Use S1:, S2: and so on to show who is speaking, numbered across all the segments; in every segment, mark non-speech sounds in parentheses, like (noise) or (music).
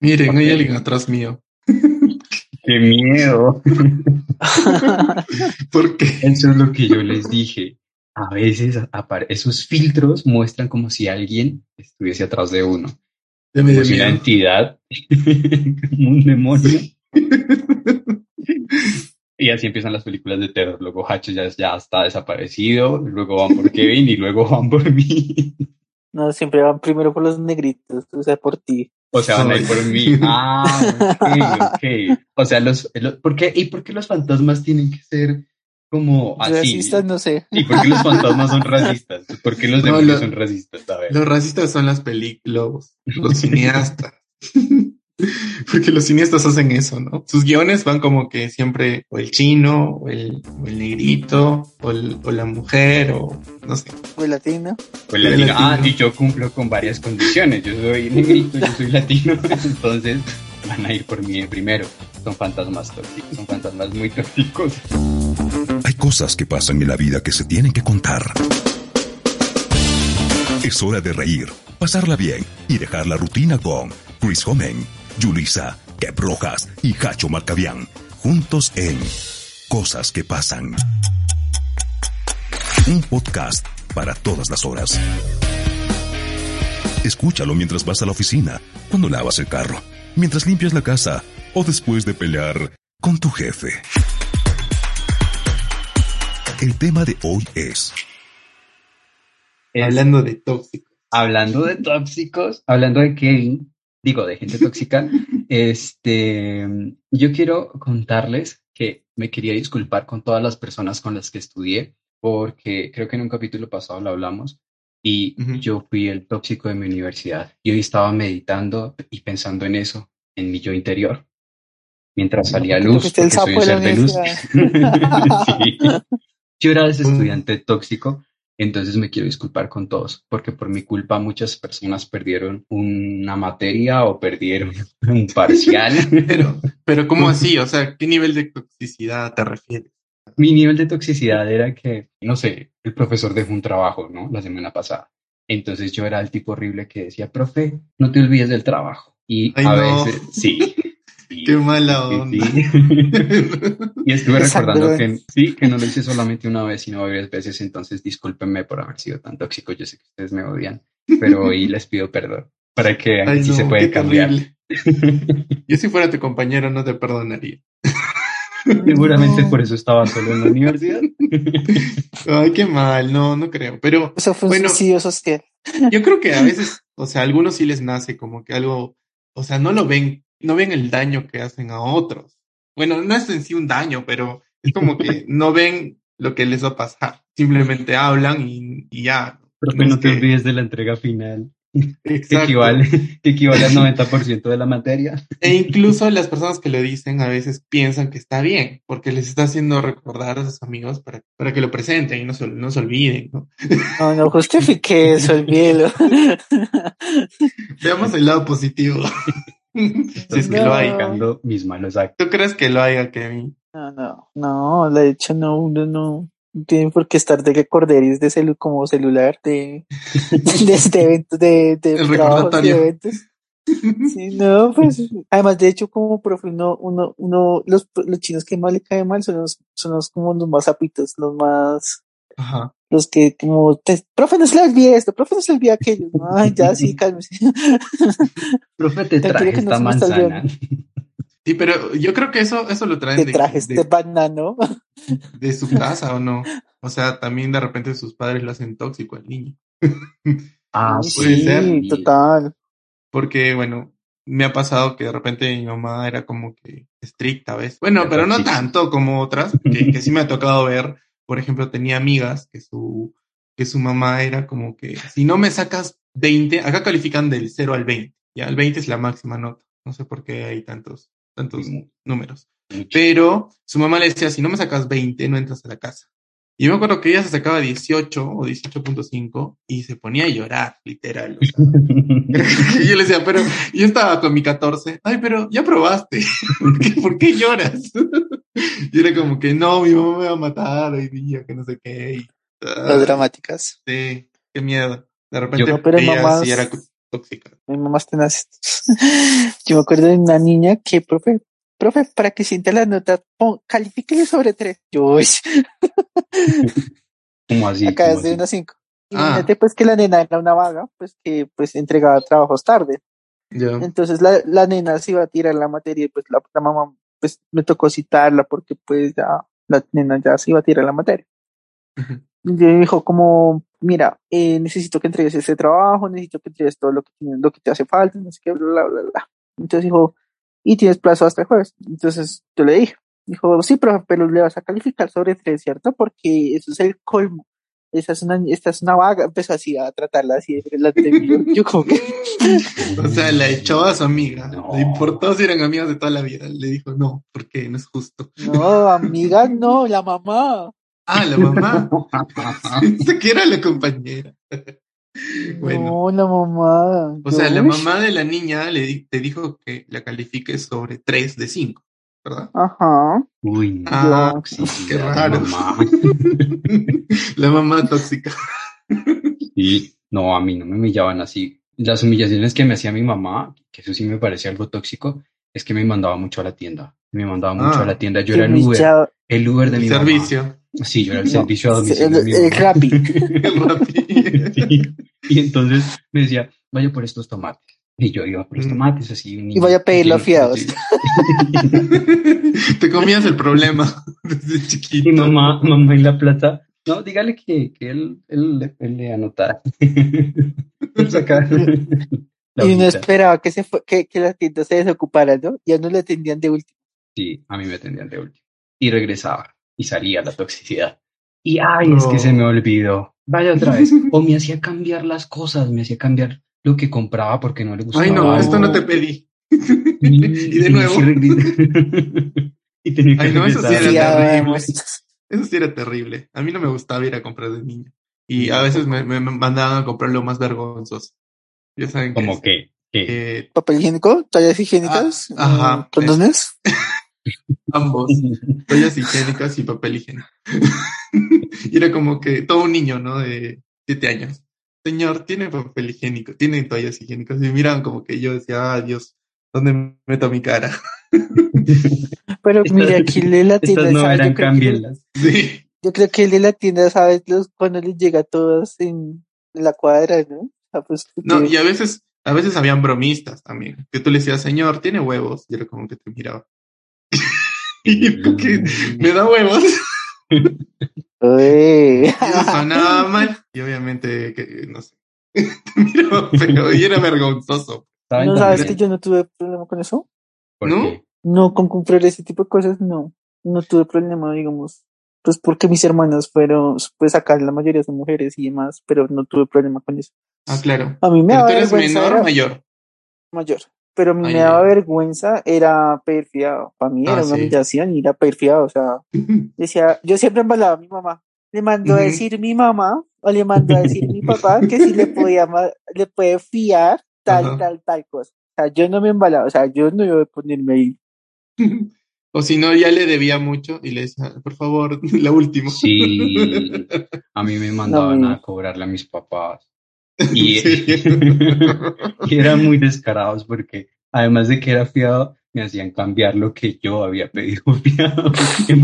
S1: Miren, hay alguien atrás mío.
S2: ¡Qué miedo!
S1: Porque
S2: (laughs) Eso es lo que yo les dije. A veces apare- esos filtros muestran como si alguien estuviese atrás de uno.
S1: ya me
S2: Como
S1: dio
S2: si una
S1: miedo.
S2: entidad, (laughs) como un demonio. Y así empiezan las películas de terror. Luego Hacho ya, ya está desaparecido. Luego van (laughs) por Kevin y luego van por mí.
S3: No, siempre van primero por los negritos, o sea, por ti.
S2: O sea, van a ir por mí. Ah, ok, ok. O sea, los, los- ¿por qué? ¿y por qué los fantasmas tienen que ser como así?
S3: Racistas, no sé.
S2: ¿Y por qué los fantasmas son racistas? Pues, ¿Por qué los
S1: No,
S2: demonios
S1: lo-
S2: son racistas? A ver.
S1: (laughs) Los racistas son las películas, los cineastas. (laughs) Porque los cineastas hacen eso, ¿no? Sus guiones van como que siempre o el chino, o el, o el negrito, o, el- o la mujer, o no sé.
S3: Fue latino.
S2: Pues le
S1: El
S2: digo, ah,
S1: latino.
S2: y yo cumplo con varias condiciones. Yo soy negrito, yo soy latino. (laughs) Entonces van a ir por mí de primero. Son fantasmas tóxicos, son fantasmas muy tóxicos.
S4: Hay cosas que pasan en la vida que se tienen que contar. Es hora de reír, pasarla bien y dejar la rutina con Chris Homen, Yulisa, Kep Rojas y Hacho Marcabian. Juntos en Cosas que pasan. Un podcast para todas las horas. Escúchalo mientras vas a la oficina, cuando lavas el carro, mientras limpias la casa o después de pelear con tu jefe. El tema de hoy es
S2: Es-
S1: Hablando de tóxico.
S2: hablando de tóxicos, hablando de Kevin, digo, de gente
S3: (laughs)
S2: tóxica, este, yo quiero contarles que me quería disculpar con todas las personas con las que estudié, porque creo que en un capítulo pasado lo hablamos y
S1: Ujú.
S2: yo fui el tóxico de mi universidad. Y hoy estaba meditando y pensando en eso, en mi yo interior. Mientras salía
S3: Creo que
S2: luz,
S3: usted
S2: pues porque
S3: es
S2: soy
S3: el
S2: un
S3: sapo
S2: ser
S3: de
S2: de
S3: la
S2: luz. Sí. Yo era ese
S1: Mm.
S2: estudiante tóxico, entonces me quiero disculpar con todos, porque por mi culpa muchas personas perdieron una materia o
S1: (laughs)
S2: perdieron un parcial.
S1: Pero, pero ¿cómo así? O sea, ¿qué nivel de toxicidad te refieres?
S2: Mi nivel de toxicidad era que, no sé, el profesor dejó un trabajo, ¿no? La semana pasada. Entonces yo era el tipo horrible que decía, profe, no te olvides del trabajo. Y
S1: Ay,
S2: a
S1: no.
S2: veces, sí. sí,
S1: (laughs) Qué mala
S2: sí,
S1: onda.
S2: sí. (laughs) Y estuve
S3: Esa
S2: recordando que
S3: vergüenza.
S2: sí, que no lo hice solamente una vez, sino varias veces, entonces discúlpenme por haber sido tan tóxico, yo sé que ustedes me odian, pero hoy les pido perdón para que vean
S1: Ay,
S2: que sí
S1: no,
S2: se
S1: qué
S2: puede cambiar.
S1: terrible.
S2: (laughs)
S1: Yo si fuera tu compañero no te perdonaría.
S2: (laughs) Seguramente por eso estaba solo en la
S1: (laughs)
S2: universidad.
S1: Ay, qué mal, no, no creo. Pero
S3: Eso fue un
S1: Bueno.
S3: suicidio social.
S1: Yo creo que a veces, o sea, a algunos sí les nace como que algo, o sea, no lo ven, no ven el daño que hacen a otros. Bueno, no es en sí un daño, pero es como que no ven lo que les va a pasar. Simplemente hablan y, y ya.
S2: Profe, pues no te
S1: Es que-
S2: olvides de la entrega final, que
S1: Exacto.
S2: equivale, que equivale al 90% de
S1: (laughs)
S2: la materia.
S1: E incluso las personas que lo dicen a veces piensan que está bien, porque les está haciendo recordar a sus amigos para, para que lo presenten y no se, no se olviden, ¿no?
S3: No, no justifique eso, el hielo.
S1: Veamos el lado positivo. (laughs) si es que lo
S3: No.
S1: hay.
S2: Aplicando mis malos actos.
S1: ¿Tú crees que lo haya, Kevin?
S3: (laughs) No, no, no, de hecho no, uno no tiene por qué estar de recorderis de celu como celular de, (laughs) de, de eventos, de, de
S1: El
S3: trabajos, de
S1: recordatorio.
S3: eventos. Sí, no, pues, además, de hecho, como profe, uno, uno, uno, los, los chinos que más le caen mal son los, son los como los más sapitos, los más,
S1: Ajá.
S3: los que como, te- profe, no se le olvide esto, profe, no se le olvide aquello. Ay, ya, sí, cálmese.
S2: Profe, te
S3: Tranquilo
S2: traje
S3: que
S2: esta
S3: nos gusta el
S2: manzana.
S1: Sí, pero yo creo que eso, eso lo traen
S3: (laughs) Te
S1: de,
S3: traje
S1: de-
S3: este banano.
S1: de su casa o no. O sea, también de repente sus padres lo hacen tóxico al niño.
S3: (laughs)
S2: Ah,
S1: puede
S3: sí,
S1: ser.
S3: total.
S1: Porque, bueno, me ha pasado que de repente mi mamá era como que estricta, ¿ves? Bueno, pero no tanto como otras, que, que sí me ha tocado ver. Por ejemplo, tenía amigas que su, que su mamá era como que, si no me sacas 20, acá califican del 0 al 20, ya el 20 es la máxima nota, ¿no? No sé por qué hay tantos, tantos
S2: Mm.
S1: números. Pero su mamá le decía, si no me sacas 20, no entras a la casa. Y yo me acuerdo que ella se sacaba 18 o 18.5 y se ponía a llorar, literal. O sea.
S2: (laughs)
S3: (laughs)
S1: y yo le decía, pero yo estaba con mi 14. Ay, pero ya probaste. (laughs) ¿Por qué, por qué lloras? (laughs) y era como que, no, mi mamá me va a matar hoy día, que no sé qué. Y,
S3: ah, Las dramáticas.
S1: Sí, qué miedo. De repente
S3: Yo- pero
S1: ella
S3: mamás-
S1: sí era tóxica.
S3: Mi mamá es tenaz. (laughs) Yo me acuerdo de una niña que, profe, profe, para que sienta las notas, pon, califíquele sobre tres. Yo, (laughs) uy,
S2: ¿Cómo así?
S3: acá
S2: ¿Cómo
S3: es de
S2: así?
S3: una a cinco.
S1: Ah.
S3: Imagínate pues que la nena era una vaga, pues que pues entregaba trabajos tarde.
S1: Ya.
S3: Entonces la, la nena se iba a tirar la materia y pues la, la mamá pues me tocó citarla porque pues ya la nena ya se iba a tirar la materia.
S1: Ujú.
S3: Y me dijo como, mira, eh, necesito que entregues este trabajo, necesito que entregues todo lo que, tienes- lo que te hace falta, no sé qué, bla, bla, bla, bla. Entonces dijo, y tienes plazo hasta el jueves. Entonces yo le dije, dijo, sí, profe, pero le vas a calificar sobre tres, ¿cierto? Porque eso es el colmo. Esa es una, esta es una vaga. Empezó así a tratarla así delante de mí. Yo como que,
S1: O sea, la echó a su amiga.
S2: No.
S1: Le importó si eran amigas de toda la vida. Le dijo, no, porque no es justo.
S3: no, amiga, no, la mamá.
S1: Ah, la mamá. (laughs) Pensé que era la compañera. Bueno.
S3: No, la mamá.
S1: O sea, la
S3: Uy.
S1: mamá de la niña le di- te dijo que la califiques sobre 3 de 5, ¿verdad?
S3: Ajá.
S2: Uy, no.
S1: Ah, (laughs)
S2: toxicidad
S1: qué
S2: de
S1: raro.
S2: mamá.
S1: la mamá tóxica.
S2: Y no, a mí no me humillaban así. Las humillaciones que me hacía mi mamá, que eso sí me parecía algo tóxico, es que me mandaba mucho a la tienda. Me mandaba mucho
S1: Ah.
S2: a la tienda. Yo
S3: Qué
S2: era el Uber,
S3: humillado.
S2: el Uber de
S1: El
S2: mi
S1: servicio.
S2: (laughs) mamá. Sí, yo era el
S3: No,
S2: servicio a domicilio.
S3: el-
S2: de mi
S3: el
S2: mamá.
S3: Rappi.
S1: El rapi.
S2: Sí. Y entonces me decía, vaya por estos tomates. Y yo iba por los
S1: Mm.
S2: tomates, así. un niño
S3: vaya a pedir los
S2: pequeño, (laughs)
S3: fiados.
S2: así.
S1: te comías el problema (laughs) desde
S2: Y
S1: chiquito.
S2: mamá, mamá y la plata. No, dígale que, que él, él le- él le anotara. Él sacara (laughs) (laughs) la
S3: y uno
S2: hojita.
S1: este-
S3: esperaba que se fue- que, que las tiendas se desocuparan, ¿no? Ya no le atendían de último.
S2: Sí, a mí me atendían de último. Y regresaba y salía la toxicidad. Y ay, es que se me
S1: Oh.
S2: olvidó. Vaya otra vez. (laughs) O me hacía cambiar las cosas, me hacía cambiar lo que compraba porque no le gustaba.
S1: Ay, no,
S3: No.
S1: esto no te pedí.
S2: Y,
S1: (laughs) y de
S2: tenía
S1: nuevo.
S2: que
S1: (laughs)
S2: regresar. (laughs) y tenía que
S1: Ay, no, eso sí era
S2: regresar.
S3: Fiaba,
S1: terrible.
S3: además.
S1: Eso sí era terrible. A mí no me gustaba ir a comprar de niño. Y a veces me, me- me mandaban a comprar lo más vergonzoso. Ya saben que
S2: Como
S1: es,
S2: que, que
S1: eh,
S3: Papel higiénico, toallas higiénicas,
S1: Ah, ajá,
S3: mm, condones.
S1: ambos, toallas higiénicas y papel higiénico. (laughs) y era como que todo un niño, ¿no? De siete años. Señor, tiene papel higiénico, tiene toallas higiénicas. Y miran como que yo decía, ah, Dios, ¿dónde meto mi cara? (laughs)
S3: Pero
S2: Estas-
S3: mira, aquí el de la tienda,
S2: estas no
S3: ¿sabes? Yo
S2: eran
S3: creo, que,
S2: cambienlas.
S1: sí.
S3: yo creo que el de la tienda, ¿sabes? Los, cuando les llega a todos en, en la cuadra, ¿no? Ah, pues,
S1: No,
S3: que-
S1: y a veces, a veces habían bromistas también. Que tú le decías, señor, tiene huevos. Y era como que te miraba. (laughs) (laughs) y yo como que
S2: Mm.
S1: me da huevos. (laughs)
S3: Uy.
S1: Y eso sonaba mal. Y obviamente, que, no sé. (laughs) te miraba feo y era vergonzoso.
S2: ¿Saben
S3: (laughs) ¿No sabes que
S2: también?
S3: yo no tuve problema con eso?
S2: ¿Por
S1: ¿No?
S2: qué?
S3: No, con comprar ese tipo de cosas, no. No tuve problema, digamos. Pues porque mis hermanas fueron, pues acá la mayoría son mujeres y demás, pero no tuve problema con eso.
S1: Ah, claro.
S3: A mí me
S1: Pero
S3: daba
S1: tú eres
S3: vergüenza,
S1: menor
S3: era
S1: o mayor.
S3: mayor, pero a mí
S1: Ah,
S3: me
S1: ya,
S3: daba
S1: ya.
S3: vergüenza, era pedir fiado. Para mí
S1: Ah,
S3: era una
S1: sí.
S3: humillación ir a pedir fiado, o sea, decía, yo siempre embalaba a mi mamá. Le mandó a
S1: Ujú.
S3: decir mi mamá o le mandó a decir
S1: (laughs)
S3: mi papá que si le podía ma- le puede fiar tal,
S1: Ajá.
S3: tal, tal cosa. O sea, yo no me embalaba, o sea, yo no iba a ponerme ahí.
S1: O si no, ya le debía mucho y le decía, por favor, (laughs) la última.
S2: Sí, a mí
S1: (laughs)
S2: me mandaban
S3: No.
S2: a cobrarle a mis papás. Y,
S1: Sí.
S2: (laughs) y eran muy descarados porque además de que era fiado, me hacían cambiar lo que yo había pedido (laughs) fiado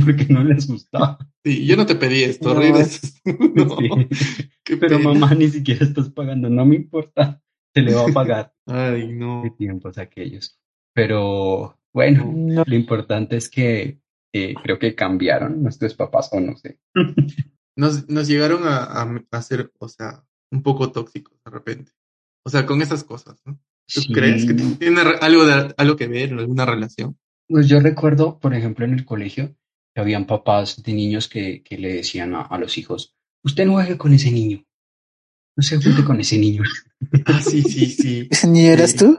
S2: porque no les gustaba.
S1: Sí, yo no te pedí esto,
S3: No.
S1: regresas. (laughs) No,
S2: Sí.
S1: qué
S2: Pero
S1: pena.
S2: mamá, ni siquiera estás pagando, no me importa, se le va a pagar. (laughs)
S1: Ay, no.
S2: de tiempos aquellos. Pero bueno,
S1: Mm.
S3: No.
S2: lo importante es que eh, creo que cambiaron nuestros papás o no sé.
S1: Nos, nos llegaron a, a, a ser, o sea, un poco tóxicos de repente. O sea, con esas cosas, ¿no? ¿Tú
S2: Sí.
S1: crees que tiene re- algo, de, algo que ver, alguna relación?
S2: Pues yo recuerdo, por ejemplo, en el colegio, que habían papás de niños que, que le decían a, a los hijos, usted no juegue con ese niño. No se junte con ese niño. (laughs)
S1: Ah, sí, sí, sí.
S3: ¿Ese niño Pues eras
S1: Sí.
S3: tú?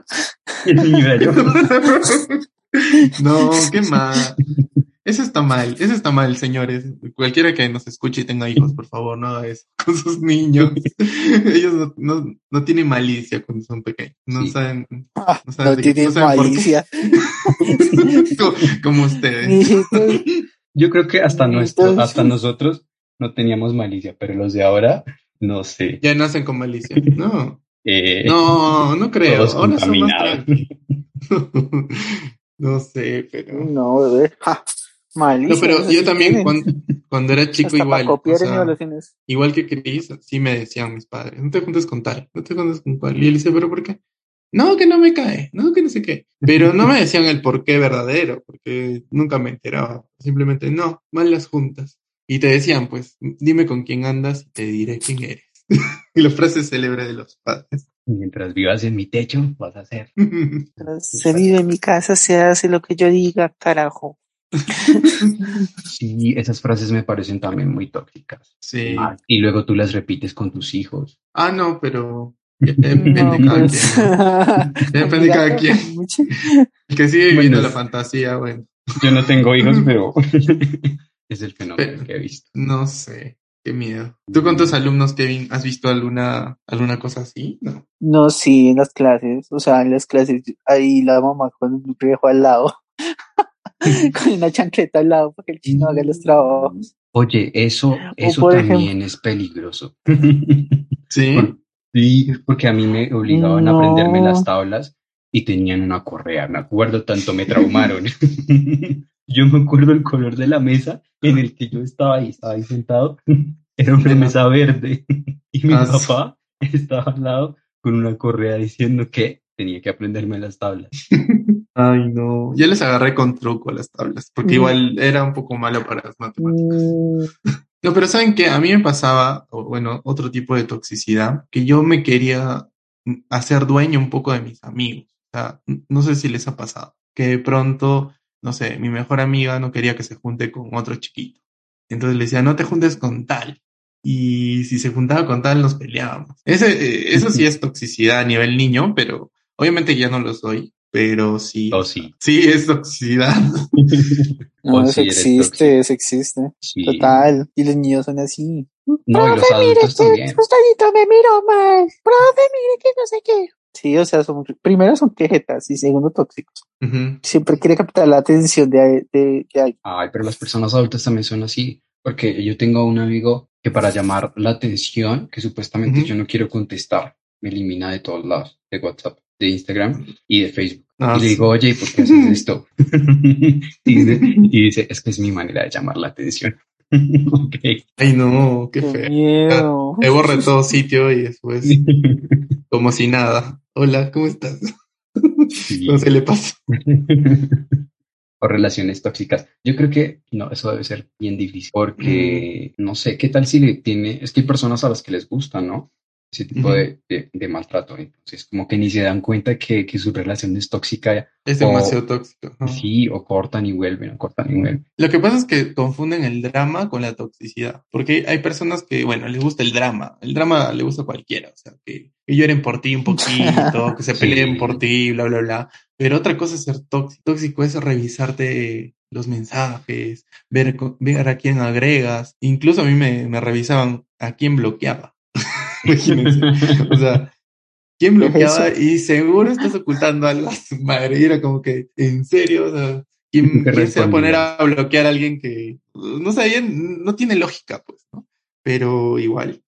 S2: El niño era yo.
S1: (laughs) No, qué mal. Eso está mal, eso está mal, señores. Cualquiera que nos escuche y tenga hijos, por favor, no haga eso con sus niños. (laughs) Ellos no, no, no tienen malicia cuando son pequeños. No
S2: Sí.
S1: saben, (laughs)
S3: (laughs) Ah,
S1: No
S3: no
S1: saben de-
S3: tiene
S1: no saben por qué.
S3: malicia.
S1: co- como
S3: (laughs)
S1: ustedes.
S3: Mijito,
S2: Yo creo que hasta, nuestro,
S3: Entonces-
S2: hasta nosotros no teníamos malicia, pero los de ahora, no sé.
S1: Ya nacen con malicia. No,
S2: Eh,
S1: no, no creo.
S2: todos
S1: Ahora son más
S2: contaminados.
S1: tranquilos. (laughs) No sé, pero.
S3: No, bebé. (laughs) Ja, malicia.
S1: No, pero
S3: eso
S1: yo
S3: sí
S1: también,
S3: tienen.
S1: cuando, cuando era chico,
S3: Hasta
S1: igual.
S3: Para
S1: o
S3: copiar en
S1: sea,
S3: evaluaciones.
S1: Igual que Cris, sí me decían mis padres, no te juntes con tal, no te juntes con cual. Y él dice, pero ¿por qué? No, que no me cae, no, que no sé qué. Pero no me decían el por qué verdadero, porque nunca me enteraba. Simplemente, no, mal las juntas. Y te decían, pues, dime con quién andas y te diré quién eres. (laughs) y la frase célebre de los padres.
S2: (laughs)
S1: (laughs)
S2: Mientras vivas en mi techo, vas a hacer.
S3: Se vive en mi casa, se hace lo que yo diga, carajo.
S2: Sí, esas frases me parecen también muy tóxicas.
S1: sí.
S2: Ah, y luego tú las repites con
S1: (laughs)
S2: tus hijos.
S1: Ah, no, pero ya depende
S3: No,
S1: cada
S3: pues.
S1: quien. ¿no?
S3: (laughs)
S1: Depende de cada quien. El que sigue viviendo la fantasía, bueno.
S2: Yo no tengo hijos, pero (laughs) es el fenómeno que he visto.
S1: No sé, qué miedo. ¿Tú con tus alumnos, Kevin, has visto alguna, alguna cosa así? No.
S3: No, sí, en las clases, o sea, en las clases, ahí la mamá con un viejo al lado, (laughs) con una chancleta al lado, para que el chino haga los trabajos.
S2: Oye, eso, eso
S3: por
S2: también
S3: ejemplo-
S2: es (laughs) peligroso.
S1: Sí.
S2: Por- Sí, porque a mí me obligaban a aprenderme
S3: No.
S2: las tablas y tenían una correa, me acuerdo, tanto me traumaron. (laughs) yo me acuerdo el color de la mesa en el que yo estaba y estaba ahí sentado, (laughs) era una mesa verde (laughs) y mi
S1: Ah, sí.
S2: papá estaba al lado con una correa diciendo que tenía que aprenderme las tablas.
S1: Ay, no. Yo les agarré con truco las tablas, porque
S3: Mm.
S1: igual era un poco malo para las matemáticas.
S3: Mm,
S1: No, pero ¿saben qué? A mí me pasaba, o bueno, otro tipo de toxicidad, que yo me quería mm, hacer dueño un poco de mis amigos. O sea, n- no sé si les ha pasado, que de pronto, no sé, mi mejor amiga no quería que se junte con otro chiquito. Entonces le decía, no te juntes con tal. Y si se juntaba con tal, nos peleábamos. Ese, eh, eso sí es toxicidad a nivel niño, pero obviamente ya no lo soy, pero sí.
S2: O Oh, sí.
S1: Sí, es toxicidad.
S3: no,
S2: O
S3: eso
S2: sí eres
S3: existe,
S2: tóxico.
S3: eso existe.
S2: Sí.
S3: Total, y los niños son así.
S2: No, y los adultos también.
S3: Gustadito me miro mal. Profe, mire que no sé qué. Sí, o sea, son, primero son quejetas y segundo tóxicos.
S1: Ujú.
S3: Siempre quiere captar la atención de, de, de alguien.
S2: Ay, pero las personas adultas también son así, porque yo tengo un amigo que para llamar la atención, que supuestamente
S1: Ujú.
S2: yo no quiero contestar, me elimina de todos lados, de WhatsApp, de Instagram y de Facebook.
S1: Ah,
S2: y le
S1: sí.
S2: digo, oye, ¿y por qué haces
S1: (laughs)
S2: esto? (laughs) y, dice, y dice, es que es mi manera de llamar la atención. (laughs) ok.
S1: Ay, no, qué
S3: Qué
S1: feo.
S3: miedo.
S2: (laughs)
S3: (laughs)
S1: Te borra de todo sitio y después, como si nada. Hola, ¿cómo estás?
S2: Sí.
S1: No se le pasa.
S2: (laughs) o relaciones tóxicas. Yo creo que no, eso debe ser bien difícil porque
S1: Mm.
S2: no sé qué tal si le tiene, es que hay personas a las que les gusta, ¿no? Ese tipo de, de- de maltrato. Entonces, como que ni se dan cuenta que, que su relación es tóxica,
S1: Es
S2: O-
S1: demasiado tóxico. ¿no?
S2: sí, o cortan y vuelven, o cortan y vuelven.
S1: Lo que pasa es que confunden el drama con la toxicidad, porque hay personas que, bueno, les gusta el drama, el drama le gusta a cualquiera, o sea, que, que lloren por ti un poquito, que se
S2: Sí.
S1: peleen por ti, bla, bla, bla. Pero otra cosa es ser tóxico, tóxico es revisarte los mensajes, ver, co- ver a quién agregas, incluso a mí me, me revisaban a quién bloqueaba, (laughs)
S2: (laughs)
S1: imagínense. (laughs) O sea, ¿quién
S3: ¿Qué es
S1: bloqueaba? Y seguro estás ocultando algo a su madre. Y era como que, ¿en serio? O sea, ¿quién,
S2: Te
S1: quién se va a poner
S2: respondía.
S1: a bloquear a alguien que no sabía, no tiene lógica, pues, ¿no? Pero igual.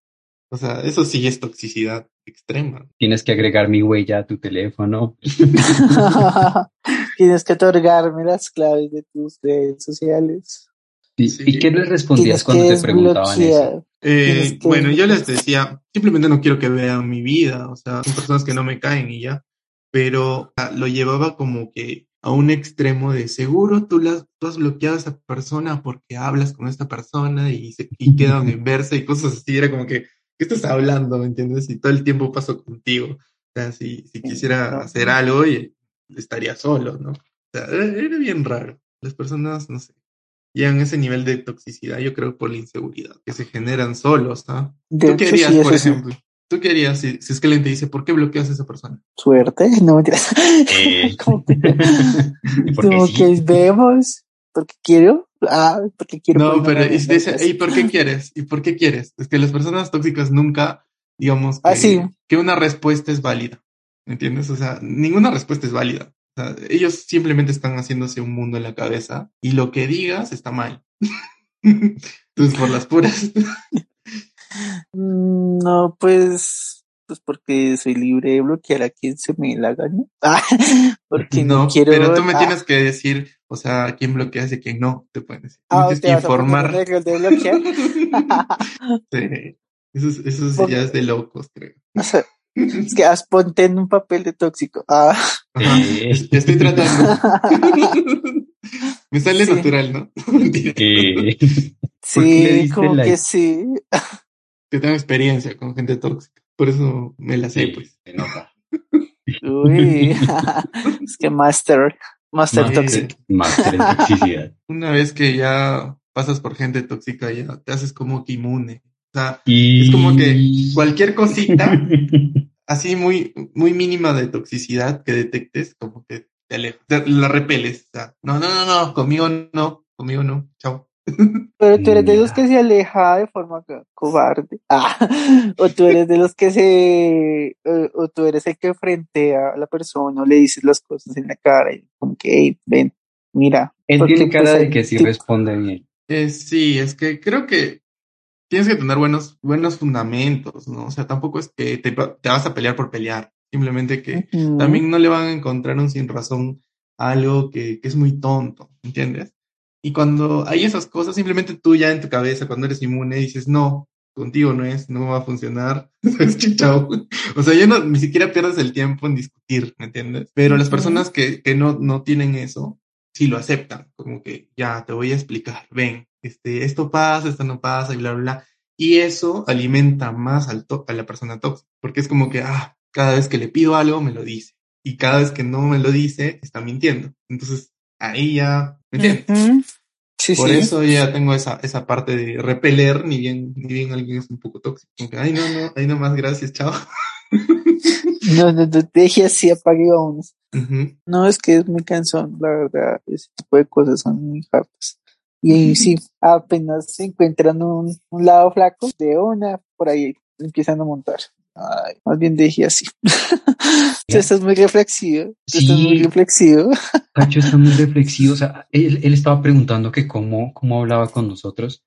S1: O sea, eso sí es toxicidad extrema.
S2: Tienes que agregar mi huella a tu teléfono.
S3: Tienes que otorgarme las claves de tus redes sociales.
S2: ¿Y,
S1: Sí.
S2: y qué les respondías
S3: Tienes
S2: cuando
S3: que
S2: te preguntaban eso?
S3: desbloquear.
S1: Eh,
S3: Tienes que-
S1: bueno, yo les decía, simplemente no quiero que vean mi vida, o sea, son personas que no me caen y ya, pero ah, lo llevaba como que a un extremo de seguro tú, las, tú has bloqueado a esa persona porque hablas con esta persona y, se, y quedan en verse y cosas así, era como que, ¿qué estás hablando? ¿Me entiendes? Y todo el tiempo paso contigo, o sea, si, si quisiera hacer algo, oye, estaría solo, ¿no? O sea, era era bien raro, las personas, no sé llegan a ese nivel de toxicidad, yo creo, por la inseguridad que se generan solos, ¿no?
S3: De
S1: ¿Tú
S3: hecho,
S1: querías,
S3: sí,
S1: por
S3: eso sí.
S1: ejemplo? ¿Tú qué harías si, si es que alguien te dice, ¿por qué bloqueas a esa persona?
S3: Suerte, (laughs) no mentiras.
S5: Eh.
S3: (laughs) Como que-
S2: (laughs)
S5: ¿Y por qué
S3: como
S5: sí?
S3: que vemos, porque quiero, ah, porque quiero.
S1: No,
S3: poner
S1: pero
S3: una
S1: y si te dice,
S3: regla.
S1: ¿y por qué quieres? ¿Y por qué quieres? Es que las personas tóxicas nunca, digamos, que,
S3: Ah, sí.
S1: que una respuesta es válida. ¿Me entiendes? O sea, ninguna respuesta es válida. O sea, ellos simplemente están haciéndose un mundo en la cabeza y lo que digas está mal. (laughs) Entonces, por las
S3: (laughs)
S1: puras.
S3: Mm, No, pues, pues porque soy libre de bloquear a quien se me la gane. (laughs) Ah, porque no,
S1: No,
S3: quiero.
S1: pero tú me
S3: ah,
S1: tienes que decir, o sea, quién bloqueas y a quién no, te pueden decir. Tú
S3: ah,
S1: me
S3: te
S1: (laughs)
S3: vas
S1: tienes
S3: a
S1: que
S3: poner
S1: informar.
S3: reglas de
S1: (laughs)
S3: bloquear.
S1: Sí. Eso, es- eso es- ya es de locos, creo.
S3: O sea, es que haz ponte en un papel de tóxico. Ah, (laughs)
S1: Ajá.
S5: Eh.
S1: Te estoy tratando. (laughs) Me sale
S3: Sí.
S1: natural, ¿no?
S2: (laughs)
S1: Mentira.
S5: Eh.
S1: (laughs)
S2: ¿Por qué le
S3: sí,
S2: diste
S3: como
S2: like?
S3: que sí.
S1: Yo tengo experiencia con gente tóxica. Por eso me la sé,
S5: Sí.
S1: pues.
S5: Se nota.
S3: Uy, (laughs) es que master, master
S1: (laughs) Master.
S3: tóxico.
S2: (laughs)
S5: Máster en toxicidad.
S1: Una vez que ya pasas por gente tóxica, ya te haces como que inmune. O sea,
S5: Y...
S1: (laughs) es como que cualquier cosita así muy, muy mínima de toxicidad que detectes, como que te alejas, te- la repeles. O sea, no, no, no, no, conmigo no, conmigo no, chao.
S3: Pero tú eres de
S5: Ya.
S3: los que se aleja de forma co- cobarde. (laughs) Ah, o tú eres de los que se. eh, o tú eres el que frentea a la persona o le dices las cosas en la cara. Y como que, "Ey, ven, mira.
S2: (laughs) Él
S3: porque,
S2: tiene cara
S3: pues,
S2: de
S3: hay
S2: que sí
S3: tip-
S2: responde bien.
S1: Eh, sí, es que creo que tienes que tener buenos, buenos fundamentos, ¿no? O sea, tampoco es que te, pa- te vas a pelear por pelear, simplemente que
S3: Ujú.
S1: también no le van a encontrar un sin razón a algo que, que es muy tonto, ¿entiendes? Y cuando hay esas cosas, simplemente tú ya en tu cabeza, cuando eres inmune, dices, no, contigo no es, no va a funcionar, (laughs) es
S3: (laughs)
S1: que chao. O sea, ya no, ni siquiera pierdes el tiempo en discutir, ¿me entiendes? Pero las
S3: Ujú.
S1: personas que, que no, no tienen eso, si lo aceptan, como que ya te voy a explicar, ven, este, esto pasa, esto no pasa, y bla, bla, bla. Y eso alimenta más al tó- a la persona tóxica, porque es como que, ah, cada vez que le pido algo me lo dice, y cada vez que no me lo dice, está mintiendo. Entonces, ahí ya, ¿me entiendes?
S2: (laughs)
S3: Ujú. (laughs) Sí,
S1: Por
S3: sí.
S1: eso ya tengo esa, esa parte de repeler, ni bien, ni bien alguien es un poco tóxico. Como que, Ay, no, no, ay, no más, gracias, chao. (laughs)
S3: No, no, no, deje así, apague vamos.
S1: Ujú.
S3: No, es que es muy cansón, la verdad. Ese tipo de cosas son muy hartas. Y
S2: (laughs)
S3: ahí sí, apenas se encuentran un, un lado flaco de una, por ahí empiezan a montar. Ay, más bien dije así. (laughs) Tú
S2: Ya.
S3: estás muy reflexivo. Tú estás
S2: Sí.
S3: muy reflexivo.
S2: Cacho está muy reflexivo. O sea, él, él estaba preguntando que cómo, cómo hablaba con nosotros.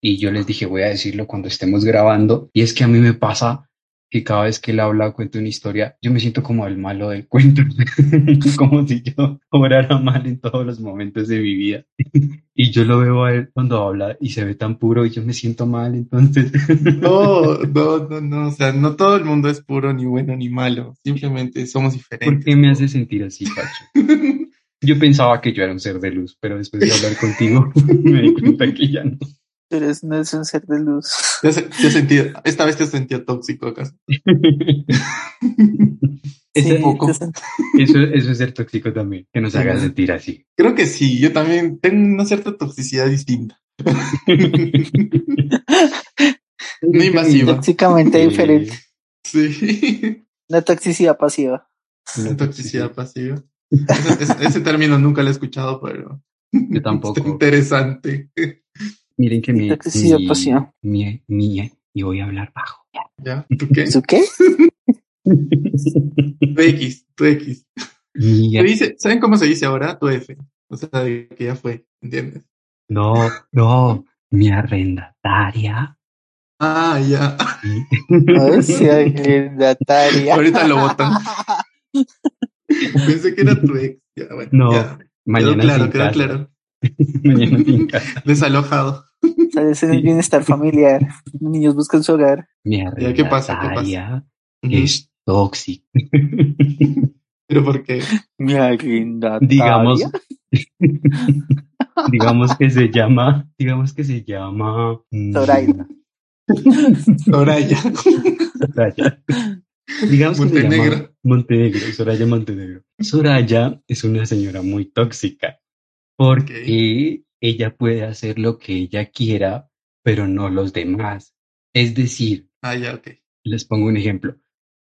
S2: Y yo les dije, voy a decirlo cuando estemos grabando. Y es que a mí me pasa que cada vez que él habla o cuenta una historia, yo me siento como el malo del cuento. (laughs) como si yo obrara mal en todos los momentos de mi vida. (laughs) y yo lo veo a él cuando habla y se ve tan puro y yo me siento mal. Entonces,
S1: No, no, no, no, o sea, no todo el mundo es puro, ni bueno, ni malo, simplemente somos
S2: ¿por
S1: diferentes.
S2: qué me hace sentir así, Cacho? Yo pensaba que yo era un ser de luz, pero después de hablar contigo (laughs) me di cuenta que ya no.
S3: Tú eres no es un ser de luz.
S1: (laughs) ¿Te has, te has sentido, esta vez te has sentido tóxico acaso?
S3: (laughs) Sí,
S2: Ese-
S1: poco.
S2: (laughs)
S3: te sent-
S2: eso, eso es ser tóxico también, que nos haga
S1: Ujú.
S2: sentir así.
S1: Creo que sí, yo también tengo una cierta toxicidad distinta. No invasiva.
S3: tóxicamente
S2: Sí,
S3: diferente.
S1: (laughs) Sí,
S3: La toxicidad pasiva.
S2: no,
S1: toxicidad pasiva. Ese, ese- ese término nunca lo he escuchado, pero
S2: Yo
S1: está
S2: tampoco.
S1: interesante. (laughs)
S2: Miren que mi,
S3: Toxicidad
S2: mi-
S3: pasiva.
S2: mi- mi- y voy a hablar bajo.
S1: ¿Ya? ¿Tú qué?
S3: ¿Tú (laughs) qué?
S1: Tu X, tu X.
S2: Mi-
S1: Se dice- ¿Saben cómo se dice ahora? Tu F. O sea, de que ya fue, ¿entiendes?
S2: no, no, mi arrendataria.
S1: Ah, ya. (laughs)
S3: Ay,
S2: (laughs)
S3: sí, arrendataria.
S1: Ahorita lo botan. Pensé que era tu ex. Ya, bueno,
S2: No,
S1: ya. Quedó
S2: Mañana
S1: claro,
S2: sin
S1: quedó
S2: casa.
S1: claro.
S2: Mañana sin casa.
S1: Desalojado.
S3: Sales en el
S2: Sí.
S3: bienestar familiar. Los niños buscan su hogar.
S1: (laughs)
S2: Mi
S1: Ya, ¿qué pasa? ¿Qué pasa?
S2: arrendataria
S1: Ujú.
S2: es tóxica. (laughs)
S1: Pero porque
S3: Mi arrendataria.
S2: digamos (laughs) digamos que se llama digamos que se llama mm,
S3: Zoraida.
S1: Soraya.
S2: Soraya. digamos que se llama
S1: Montenegro.
S2: Montenegro Soraya Montenegro Soraya es una señora muy tóxica porque ella puede hacer lo que ella quiera pero no los demás es decir
S1: Ah, ya, ok.
S2: les pongo un ejemplo.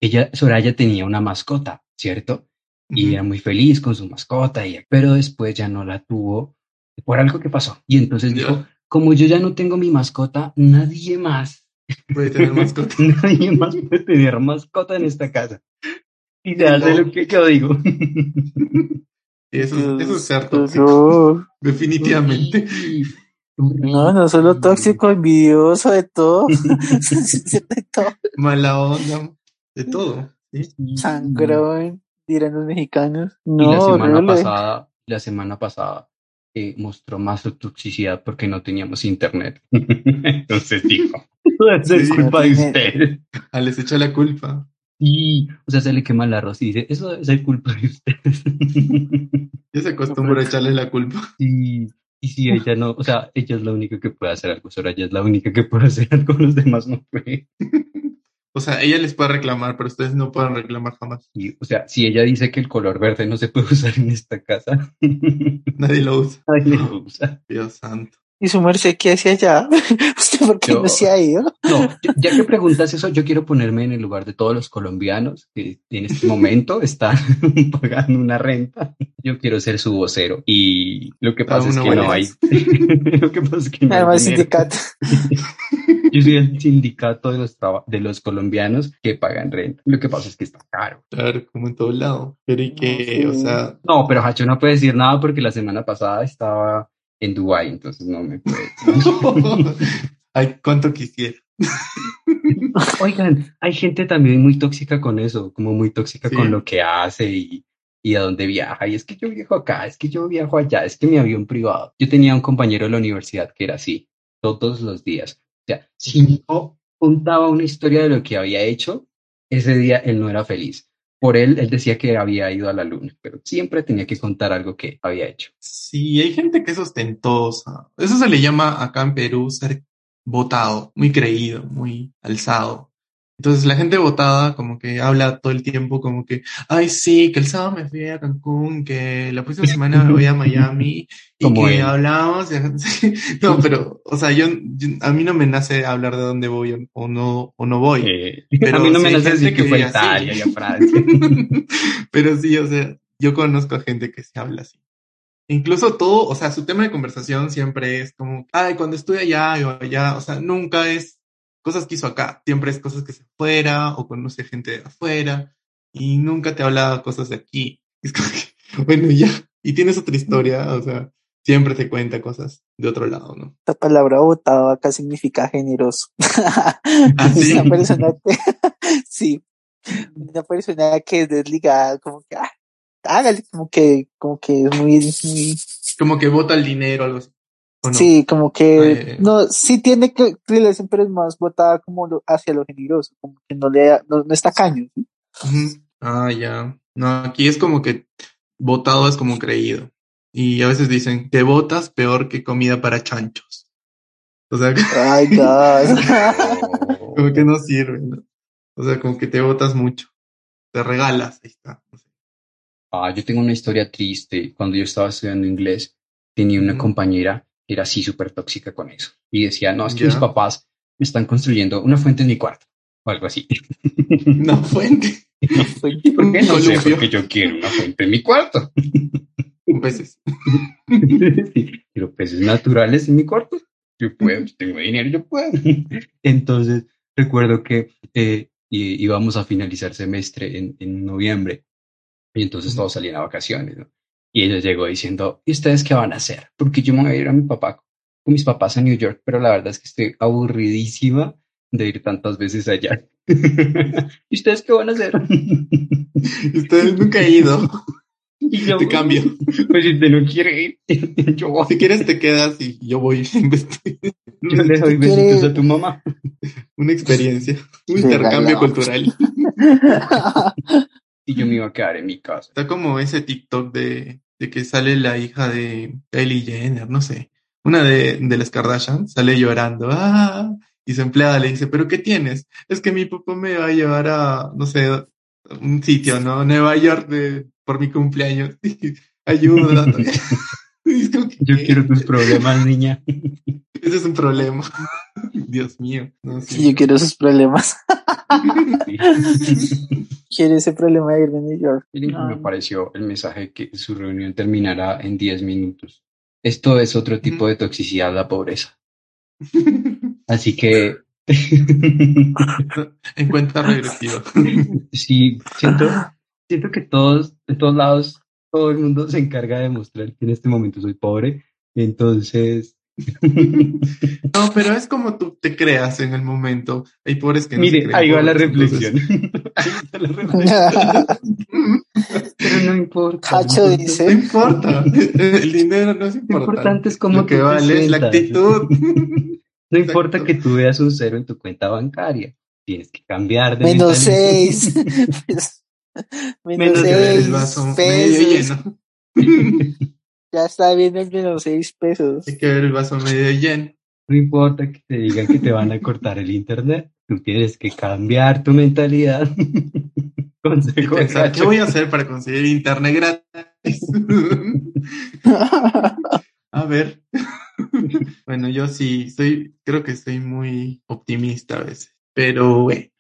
S2: Ella, Soraya tenía una mascota, ¿cierto? Y
S1: Ujú.
S2: era muy feliz con su mascota, y, pero después ya no la tuvo por algo que pasó. Y entonces
S1: Ya.
S2: dijo, como yo ya no tengo mi mascota, nadie más (laughs)
S1: Puede tener mascota.
S2: Nadie más puede tener mascota en esta casa. Y se hace lo que yo digo.
S1: Sí, eso, eso es ser tóxico.
S3: (laughs) No,
S2: (laughs)
S1: Definitivamente.
S3: no,
S2: Mm.
S3: no solo tóxico, envidioso,
S2: (laughs)
S3: de todo. (laughs) de todo.
S2: Mm.
S1: Mala onda. De todo. ¿sí?
S3: Sangrón, dirán los mexicanos.
S2: Y
S3: No,
S2: la semana
S3: horrible.
S2: pasada, la semana pasada eh, mostró más su toxicidad porque no teníamos internet. (laughs) Entonces dijo, "Eso
S1: (laughs)
S2: es
S1: Sí,
S2: culpa de
S3: tiene-
S2: usted.
S1: Ah, les echa la culpa.
S2: Y, o sea, se le quema el arroz y dice, eso es culpa de usted.
S1: Yo se acostumbro a echarle la culpa.
S2: (laughs) Y, y si ella no, o sea, ella es la única que puede hacer algo, Soraya es la única que puede hacer algo, los demás no pueden.
S1: O sea, ella les puede reclamar, pero ustedes no pueden reclamar jamás.
S2: Y, o sea, si ella dice que el color verde no se puede (laughs) usar en esta casa, (laughs) nadie
S1: Nadie lo usa.
S2: lo usa.
S1: Dios santo.
S3: Y su merced, ¿qué hacía allá? (laughs) ¿Usted por qué no
S2: Yo-
S3: se ha ido?
S2: No, yo- ya que preguntas eso, yo quiero ponerme en el lugar de todos los colombianos que en este momento están (laughs) pagando una renta. Yo quiero ser su vocero y lo que
S1: Da
S2: pasa es
S1: una
S2: que no
S1: buena
S2: hay. (laughs) lo que pasa es que no hay
S3: Además,
S2: dinero. (laughs)
S3: sindicato.
S2: Yo soy el sindicato de los, traba- de los colombianos que pagan renta. Lo que pasa es que está caro.
S1: Claro, como en todo lado. Pero y que,
S3: No,
S1: o
S3: sí. (laughs)
S1: sea, (laughs)
S2: No, pero Hacho no puede decir nada porque la semana pasada estaba en Dubái, entonces no me puede decir.
S1: ay, cuánto quisiera.
S2: Oigan, hay gente también muy tóxica con eso, como muy tóxica
S1: Sí.
S2: con lo que hace y, y a dónde viaja. Y es que yo viajo acá, es que yo viajo allá, es que mi avión privado. Yo tenía un compañero de la universidad que era así, todos los días. O sea, si no contaba una historia de lo que había hecho, ese día él no era feliz. Por él, él decía que había ido a la luna, pero siempre tenía que contar algo que había hecho.
S1: Sí, hay gente que es ostentosa. Eso se le llama acá en Perú ser votado, muy creído, muy alzado. Entonces la gente votada como que habla todo el tiempo como que, ay sí, que el sábado me fui a Cancún, que la próxima semana me voy a
S2: (laughs)
S1: Miami y
S2: Como
S1: que
S2: él.
S1: hablamos. y- (laughs) No, pero, o sea, yo, yo- a mí no me nace hablar de dónde voy o- o no, o no voy.
S2: Eh,
S1: Pero
S2: (laughs) a mí no
S1: sí
S2: me
S1: hay
S2: nace decir
S1: gente
S2: que
S1: que
S2: fue a
S1: diga, sí.
S2: Italia y a Francia.
S1: Pero Ah, sí, o sea, yo conozco a gente que se habla así. Incluso todo, o sea, su tema de conversación siempre es como, ay, cuando estuve allá yo allá, o sea, nunca es cosas que hizo acá, siempre es cosas que se fuera o conoce gente de afuera y nunca te habla cosas de aquí. (laughs) Es como que, bueno, ya, y tienes otra historia, o sea, siempre te cuenta cosas de otro lado, ¿no?
S3: Esta palabra votado acá significa generoso. (laughs)
S2: Ah,
S1: sí?
S3: Una persona que, (laughs) sí, una persona que es desligada, como que, ah, hágale, como que, como que es muy, muy-
S1: Como que bota el dinero, algo así. ¿o no?
S3: sí, como que,
S1: Ah, ya, ya.
S3: no, sí tiene que, relación, pero es más votada como lo- hacia lo generoso, como que no le, da- no, no está caño. ¿sí?
S1: Ujú. Ah, ya. No, aquí es como que votado es como creído. Y a veces dicen, te votas peor que comida para chanchos. O sea, (laughs)
S3: Ay, God.
S1: (laughs) como que no sirve, ¿no? O sea, como que te votas mucho. Te regalas, ahí está. No sé. (laughs)
S2: Ah, yo tengo una historia triste. Cuando yo estaba estudiando inglés, tenía una
S1: Ujú.
S2: compañera que era así súper tóxica con eso. Y decía, no, es que
S1: Ya.
S2: mis papás me están construyendo una fuente en mi cuarto. O
S1: (laughs)
S2: algo así. (laughs)
S1: Una fuente
S2: ¿Y por qué?
S1: Un
S2: No sé,
S1: columpio.
S2: porque yo quiero una fuente en mi cuarto.
S1: con peces. (laughs)
S2: (laughs) Quiero peces naturales en mi cuarto. Yo puedo, yo tengo dinero, yo puedo. (laughs) Entonces, recuerdo que eh, i- íbamos a finalizar semestre en, en noviembre y entonces todos salían a vacaciones, ¿no? Y ella llegó diciendo, ¿y ustedes qué van a hacer? Porque yo me voy a ir a mi papá, con mis papás a New York, pero la verdad es que estoy aburridísima de ir tantas veces allá. (laughs) ¿Y ustedes qué van a hacer? (laughs)
S1: Y Ustedes nunca he ido.
S2: Y yo,
S1: Te cambio.
S2: Pues si usted no quiere ir, (laughs) yo voy.
S1: Si quieres te quedas y yo voy. (laughs)
S2: Yo le doy
S3: Si
S2: besitos
S3: quiere-
S2: a tu mamá.
S1: Una experiencia. Un
S3: Regalado.
S1: intercambio cultural.
S2: Y yo me iba a quedar en mi casa.
S1: Está como ese TikTok de, de que sale la hija de Kylie Jenner, no sé. Una de, de las Kardashian sale llorando. Ah, y su empleada le dice, ¿pero qué tienes? Es que mi papá me va a llevar a, no sé, un sitio, ¿no? Nueva York de- por mi cumpleaños. (laughs)
S2: (laughs)
S1: Ayuda. Y es como que,
S2: Yo
S1: ¿qué?
S2: quiero tus problemas, niña. (laughs)
S1: Ese es un problema. (laughs) Dios mío. No,
S3: (laughs) Sí, yo
S1: sí.
S3: quiero esos problemas. (laughs)
S2: (laughs)
S3: Quiere ese problema de irme a New
S1: (laughs)
S3: York.
S2: Miren cómo me pareció el mensaje que su reunión terminará en 10 minutos. Esto es otro tipo de toxicidad, la pobreza. Así que
S1: (laughs)
S2: (laughs)
S1: en cuenta regresiva.
S2: sí, siento, siento que todos, de todos lados, todo el mundo se encarga de mostrar que en este momento soy pobre. (laughs) Entonces,
S1: No, pero es como tú te creas en el momento. Hay pobres que no se
S2: mire,
S1: creen
S2: ahí va la
S1: pobres,
S2: reflexión. Ahí va (laughs) la
S3: (laughs)
S2: reflexión. Pero no importa.
S3: Cacho
S2: ¿no?
S1: entonces, No
S3: dice, (laughs)
S1: importa. El dinero no es
S2: Lo
S1: importante.
S2: importante es cómo
S1: Lo que
S2: tú te
S1: vale es la
S2: sientas.
S1: actitud.
S2: (laughs) No importa
S1: Exacto.
S2: que tú veas un cero en tu cuenta bancaria. Tienes que cambiar de
S3: menos
S2: mentalidad. (laughs)
S3: seis. (laughs) menos
S2: Menos
S1: Hay que ver el vaso
S3: seis
S1: medio
S3: pesos.
S1: lleno.
S3: Ya está viendo el menos seis pesos. (laughs)
S1: Hay que ver el vaso medio lleno.
S2: No importa que te digan que te van a cortar el internet. Tú tienes que cambiar tu mentalidad. (laughs)
S1: Y
S2: Consejo de
S1: pensar, ¿qué
S2: Cacho.
S1: voy a hacer para conseguir internet gratis? (laughs) a ver. (laughs) bueno, yo sí, soy, creo que soy muy optimista a veces. Pero eh,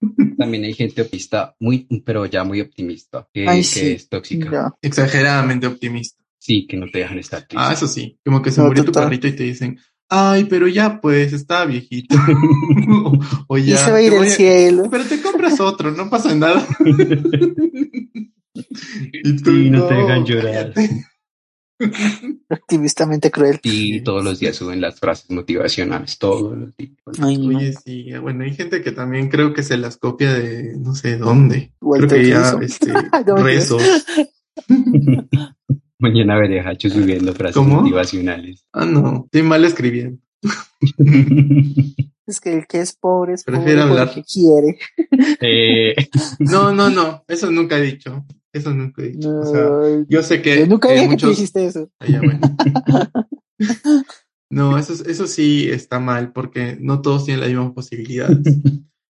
S1: bueno,
S2: También hay gente optimista, muy, pero ya muy optimista, que,
S3: Ay,
S2: que
S3: sí.
S2: es tóxica.
S3: Ya.
S1: exageradamente optimista.
S2: Sí, que no te dejan estar triste.
S1: Ah, eso sí, como que se
S3: No,
S1: murió tu
S3: total.
S1: perrito y te dicen, ay, pero ya pues, está viejito. (laughs) o, o
S3: Y
S1: ya.
S3: se va a
S1: te
S3: ir al
S1: voy a-
S3: cielo.
S1: Pero te compras otro, no pasa nada. (laughs) y
S2: Sí, no te dejan llorar.
S1: cállate.
S3: Activistamente cruel.
S2: Sí, todos los días suben las frases motivacionales, todos los días.
S3: Ay, no.
S1: Oye, sí, bueno, hay gente que también creo que se las copia de no sé dónde.
S3: Walter
S1: creo que ya,
S3: Rizzo.
S1: este,
S3: No,
S1: rezos.
S2: Mañana veré a Hacho subiendo frases
S1: ¿Cómo?
S2: motivacionales.
S1: Ah, no, estoy mal escribiendo.
S3: Es que el que es pobre es
S1: Prefiero
S3: pobre
S1: hablar.
S3: porque quiere.
S2: Eh,
S1: No, no, no, eso nunca he dicho. Eso nunca he dicho. O sea,
S3: No,
S1: yo sé que,
S3: yo nunca
S1: que
S3: dije que tú
S1: muchos.
S3: dijiste eso.
S1: Ah, ya, bueno. No, eso, es- eso sí está mal porque no todos tienen las mismas
S2: (laughs)
S1: posibilidades.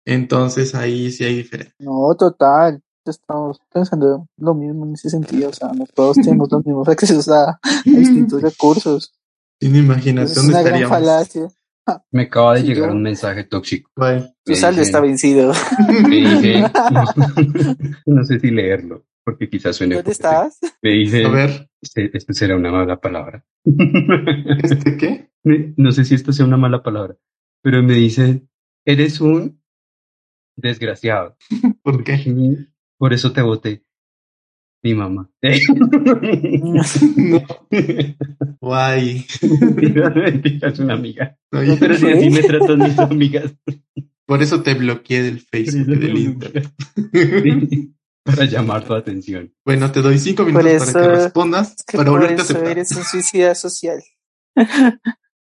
S1: Entonces ahí sí hay diferencia.
S3: No, total. Estamos pensando lo mismo en ese sentido. O sea, no todos
S1: (laughs)
S3: tenemos los mismos accesos a, a distintos recursos.
S1: Sin
S3: Eso es
S1: imaginación
S3: una gran
S1: estaríamos.
S3: falacia.
S2: me acaba de
S3: Sí,
S2: llegar
S3: yo-
S2: un mensaje tóxico.
S1: Bye.
S3: Tu
S2: Me
S3: saldo está
S2: dicen-
S3: vencido.
S2: me (laughs)
S3: (laughs)
S2: dicen- no sé si leerlo, porque quizás suene.
S3: ¿Dónde
S2: fuerte. (laughs)
S3: estás?
S2: Me dice,
S1: A ver,
S2: esto será una mala palabra.
S1: ¿este qué?
S2: (laughs) Me- no sé si esto sea una mala palabra, pero me dicen, eres un desgraciado.
S1: ¿Por
S2: (laughs)
S1: qué?
S2: Por eso te voté. Mi
S3: (laughs)
S2: mamá. (laughs)
S1: No. Guay.
S2: Mentira, mentira, es una amiga.
S1: No,
S3: No,
S1: ya-
S2: Pero si así me tratan mis amigas.
S1: Por eso te bloqueé del Facebook y del Instagram.
S2: Sí, Para llamar tu atención.
S1: Bueno, te doy cinco minutos
S3: Por
S1: para que
S3: eso-
S1: respondas,
S3: Es que
S1: para
S3: por
S1: volverte a
S3: eso
S1: aceptar.
S3: eres un suicida social.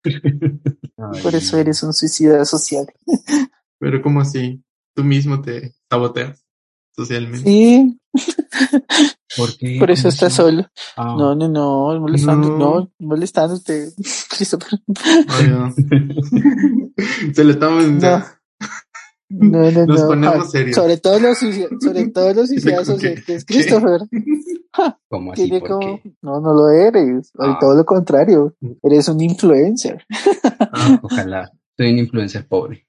S2: Ay,
S3: Por eso eres un suicida social.
S1: Pero ¿cómo así? Tú mismo te saboteas socialmente.
S3: Sí,
S2: ¿por qué?
S3: por eso
S2: ¿Cómo
S3: estás
S2: así?
S3: solo.
S2: Ah.
S3: No, no, no, molestando,
S1: No.
S3: no, molestándote. (laughs) pues. Christopher.
S1: Ay,
S2: (laughs)
S1: no. Se lo estamos...
S3: No. No, no,
S1: Nos
S3: no.
S1: ponemos
S3: Ah,
S1: serios.
S3: Sobre todo los suici-
S1: (laughs)
S3: sobre todo los suicidas
S1: como que,
S3: sociales, que es
S1: ¿qué?
S3: Christopher.
S2: ¿Cómo así?
S3: Tiene
S2: ¿Por
S3: como,
S2: qué?
S3: no, no lo eres, Al
S2: Ah. Mm.
S3: todo lo contrario, eres un influencer.
S2: Ah, ojalá. Soy un influencer pobre.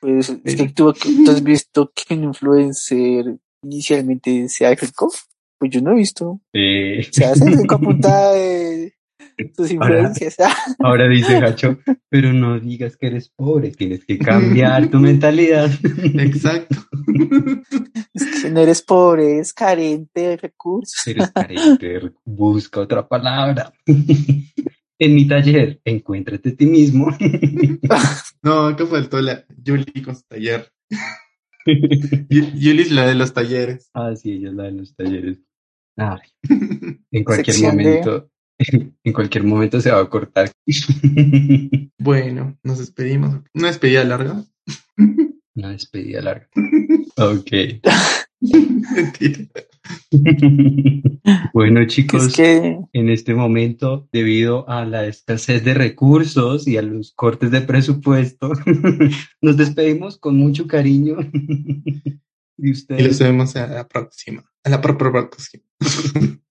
S3: Pues es que tú, tú has visto que un influencer inicialmente se hace rico, pues yo no he visto.
S2: Eh,
S3: Se hace rico a
S2: (laughs)
S3: punta de sus influencias. Ah,
S2: Ahora dice Gacho, pero no digas que eres pobre, tienes que cambiar tu (laughs) mentalidad.
S1: Exacto.
S3: Es que no eres pobre, eres carente de recursos.
S2: Eres carente, busca otra palabra. (laughs) En mi taller, encuéntrate a ti mismo. (laughs)
S1: No, acá faltó la Yuli con su taller. Yu- Yuli es la de los talleres.
S2: Ah, sí, ella es la de los talleres.
S3: (laughs)
S2: Ay, en cualquier
S3: Sección de-
S2: momento, (laughs) en cualquier momento se va a cortar. (laughs)
S1: Bueno, nos despedimos. Una despedida larga. (laughs)
S2: Una despedida
S3: (laughs)
S2: larga. Ok.
S1: Mentira.
S2: Bueno,
S3: Que
S2: chicos.
S3: es que
S2: en este momento debido a la escasez de recursos y a los cortes de presupuesto. (laughs) Nos despedimos con mucho cariño (laughs) de
S1: Y los
S2: ustedes.
S1: vemos a la próxima. A la pro- pro- próxima.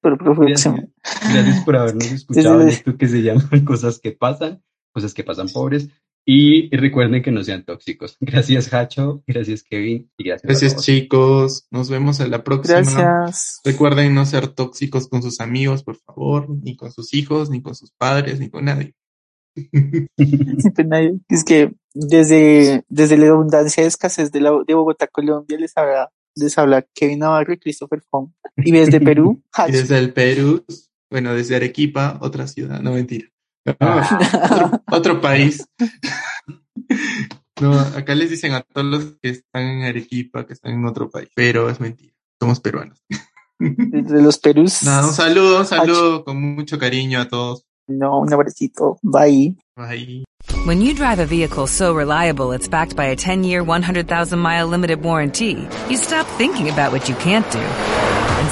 S3: por
S2: Gracias,
S3: próximo.
S2: gracias por habernos escuchado en
S3: Desde-
S2: (laughs) esto que se llama Cosas que pues pasan, Cosas que pasan pobres. Y recuerden que no sean tóxicos. Gracias, Hacho. Gracias, Kevin. Y gracias. a
S1: Gracias,
S2: todos.
S1: chicos. Nos vemos en la próxima.
S3: Gracias.
S2: Pues,
S1: Recuerden no ser tóxicos con sus amigos, por favor, ni con sus hijos, ni con sus padres, ni con nadie.
S3: (laughs) Siempre nadie- Es que desde, desde la abundancia de escasez de, la, de Bogotá, Colombia, les habla, les habla Kevin Navarro y Christopher Fong.
S1: (laughs)
S3: Y desde Perú,
S1: Y
S3: Hacho.
S1: desde el Perú, bueno, desde Arequipa, otra ciudad, no mentira. Otro, (laughs) otro país. No, acá les dicen a todos los que están en Arequipa, que están en otro país, pero es mentira. Somos peruanos.
S3: (laughs) desde los Perús.
S1: Nada, un saludo, un saludo con mucho cariño a todos.
S3: No, un abracito. Bye.
S1: Bye.
S6: When you drive a vehicle so reliable it's backed by a 10 year, 100,000 mile limited warranty, you stop thinking about what you can't do and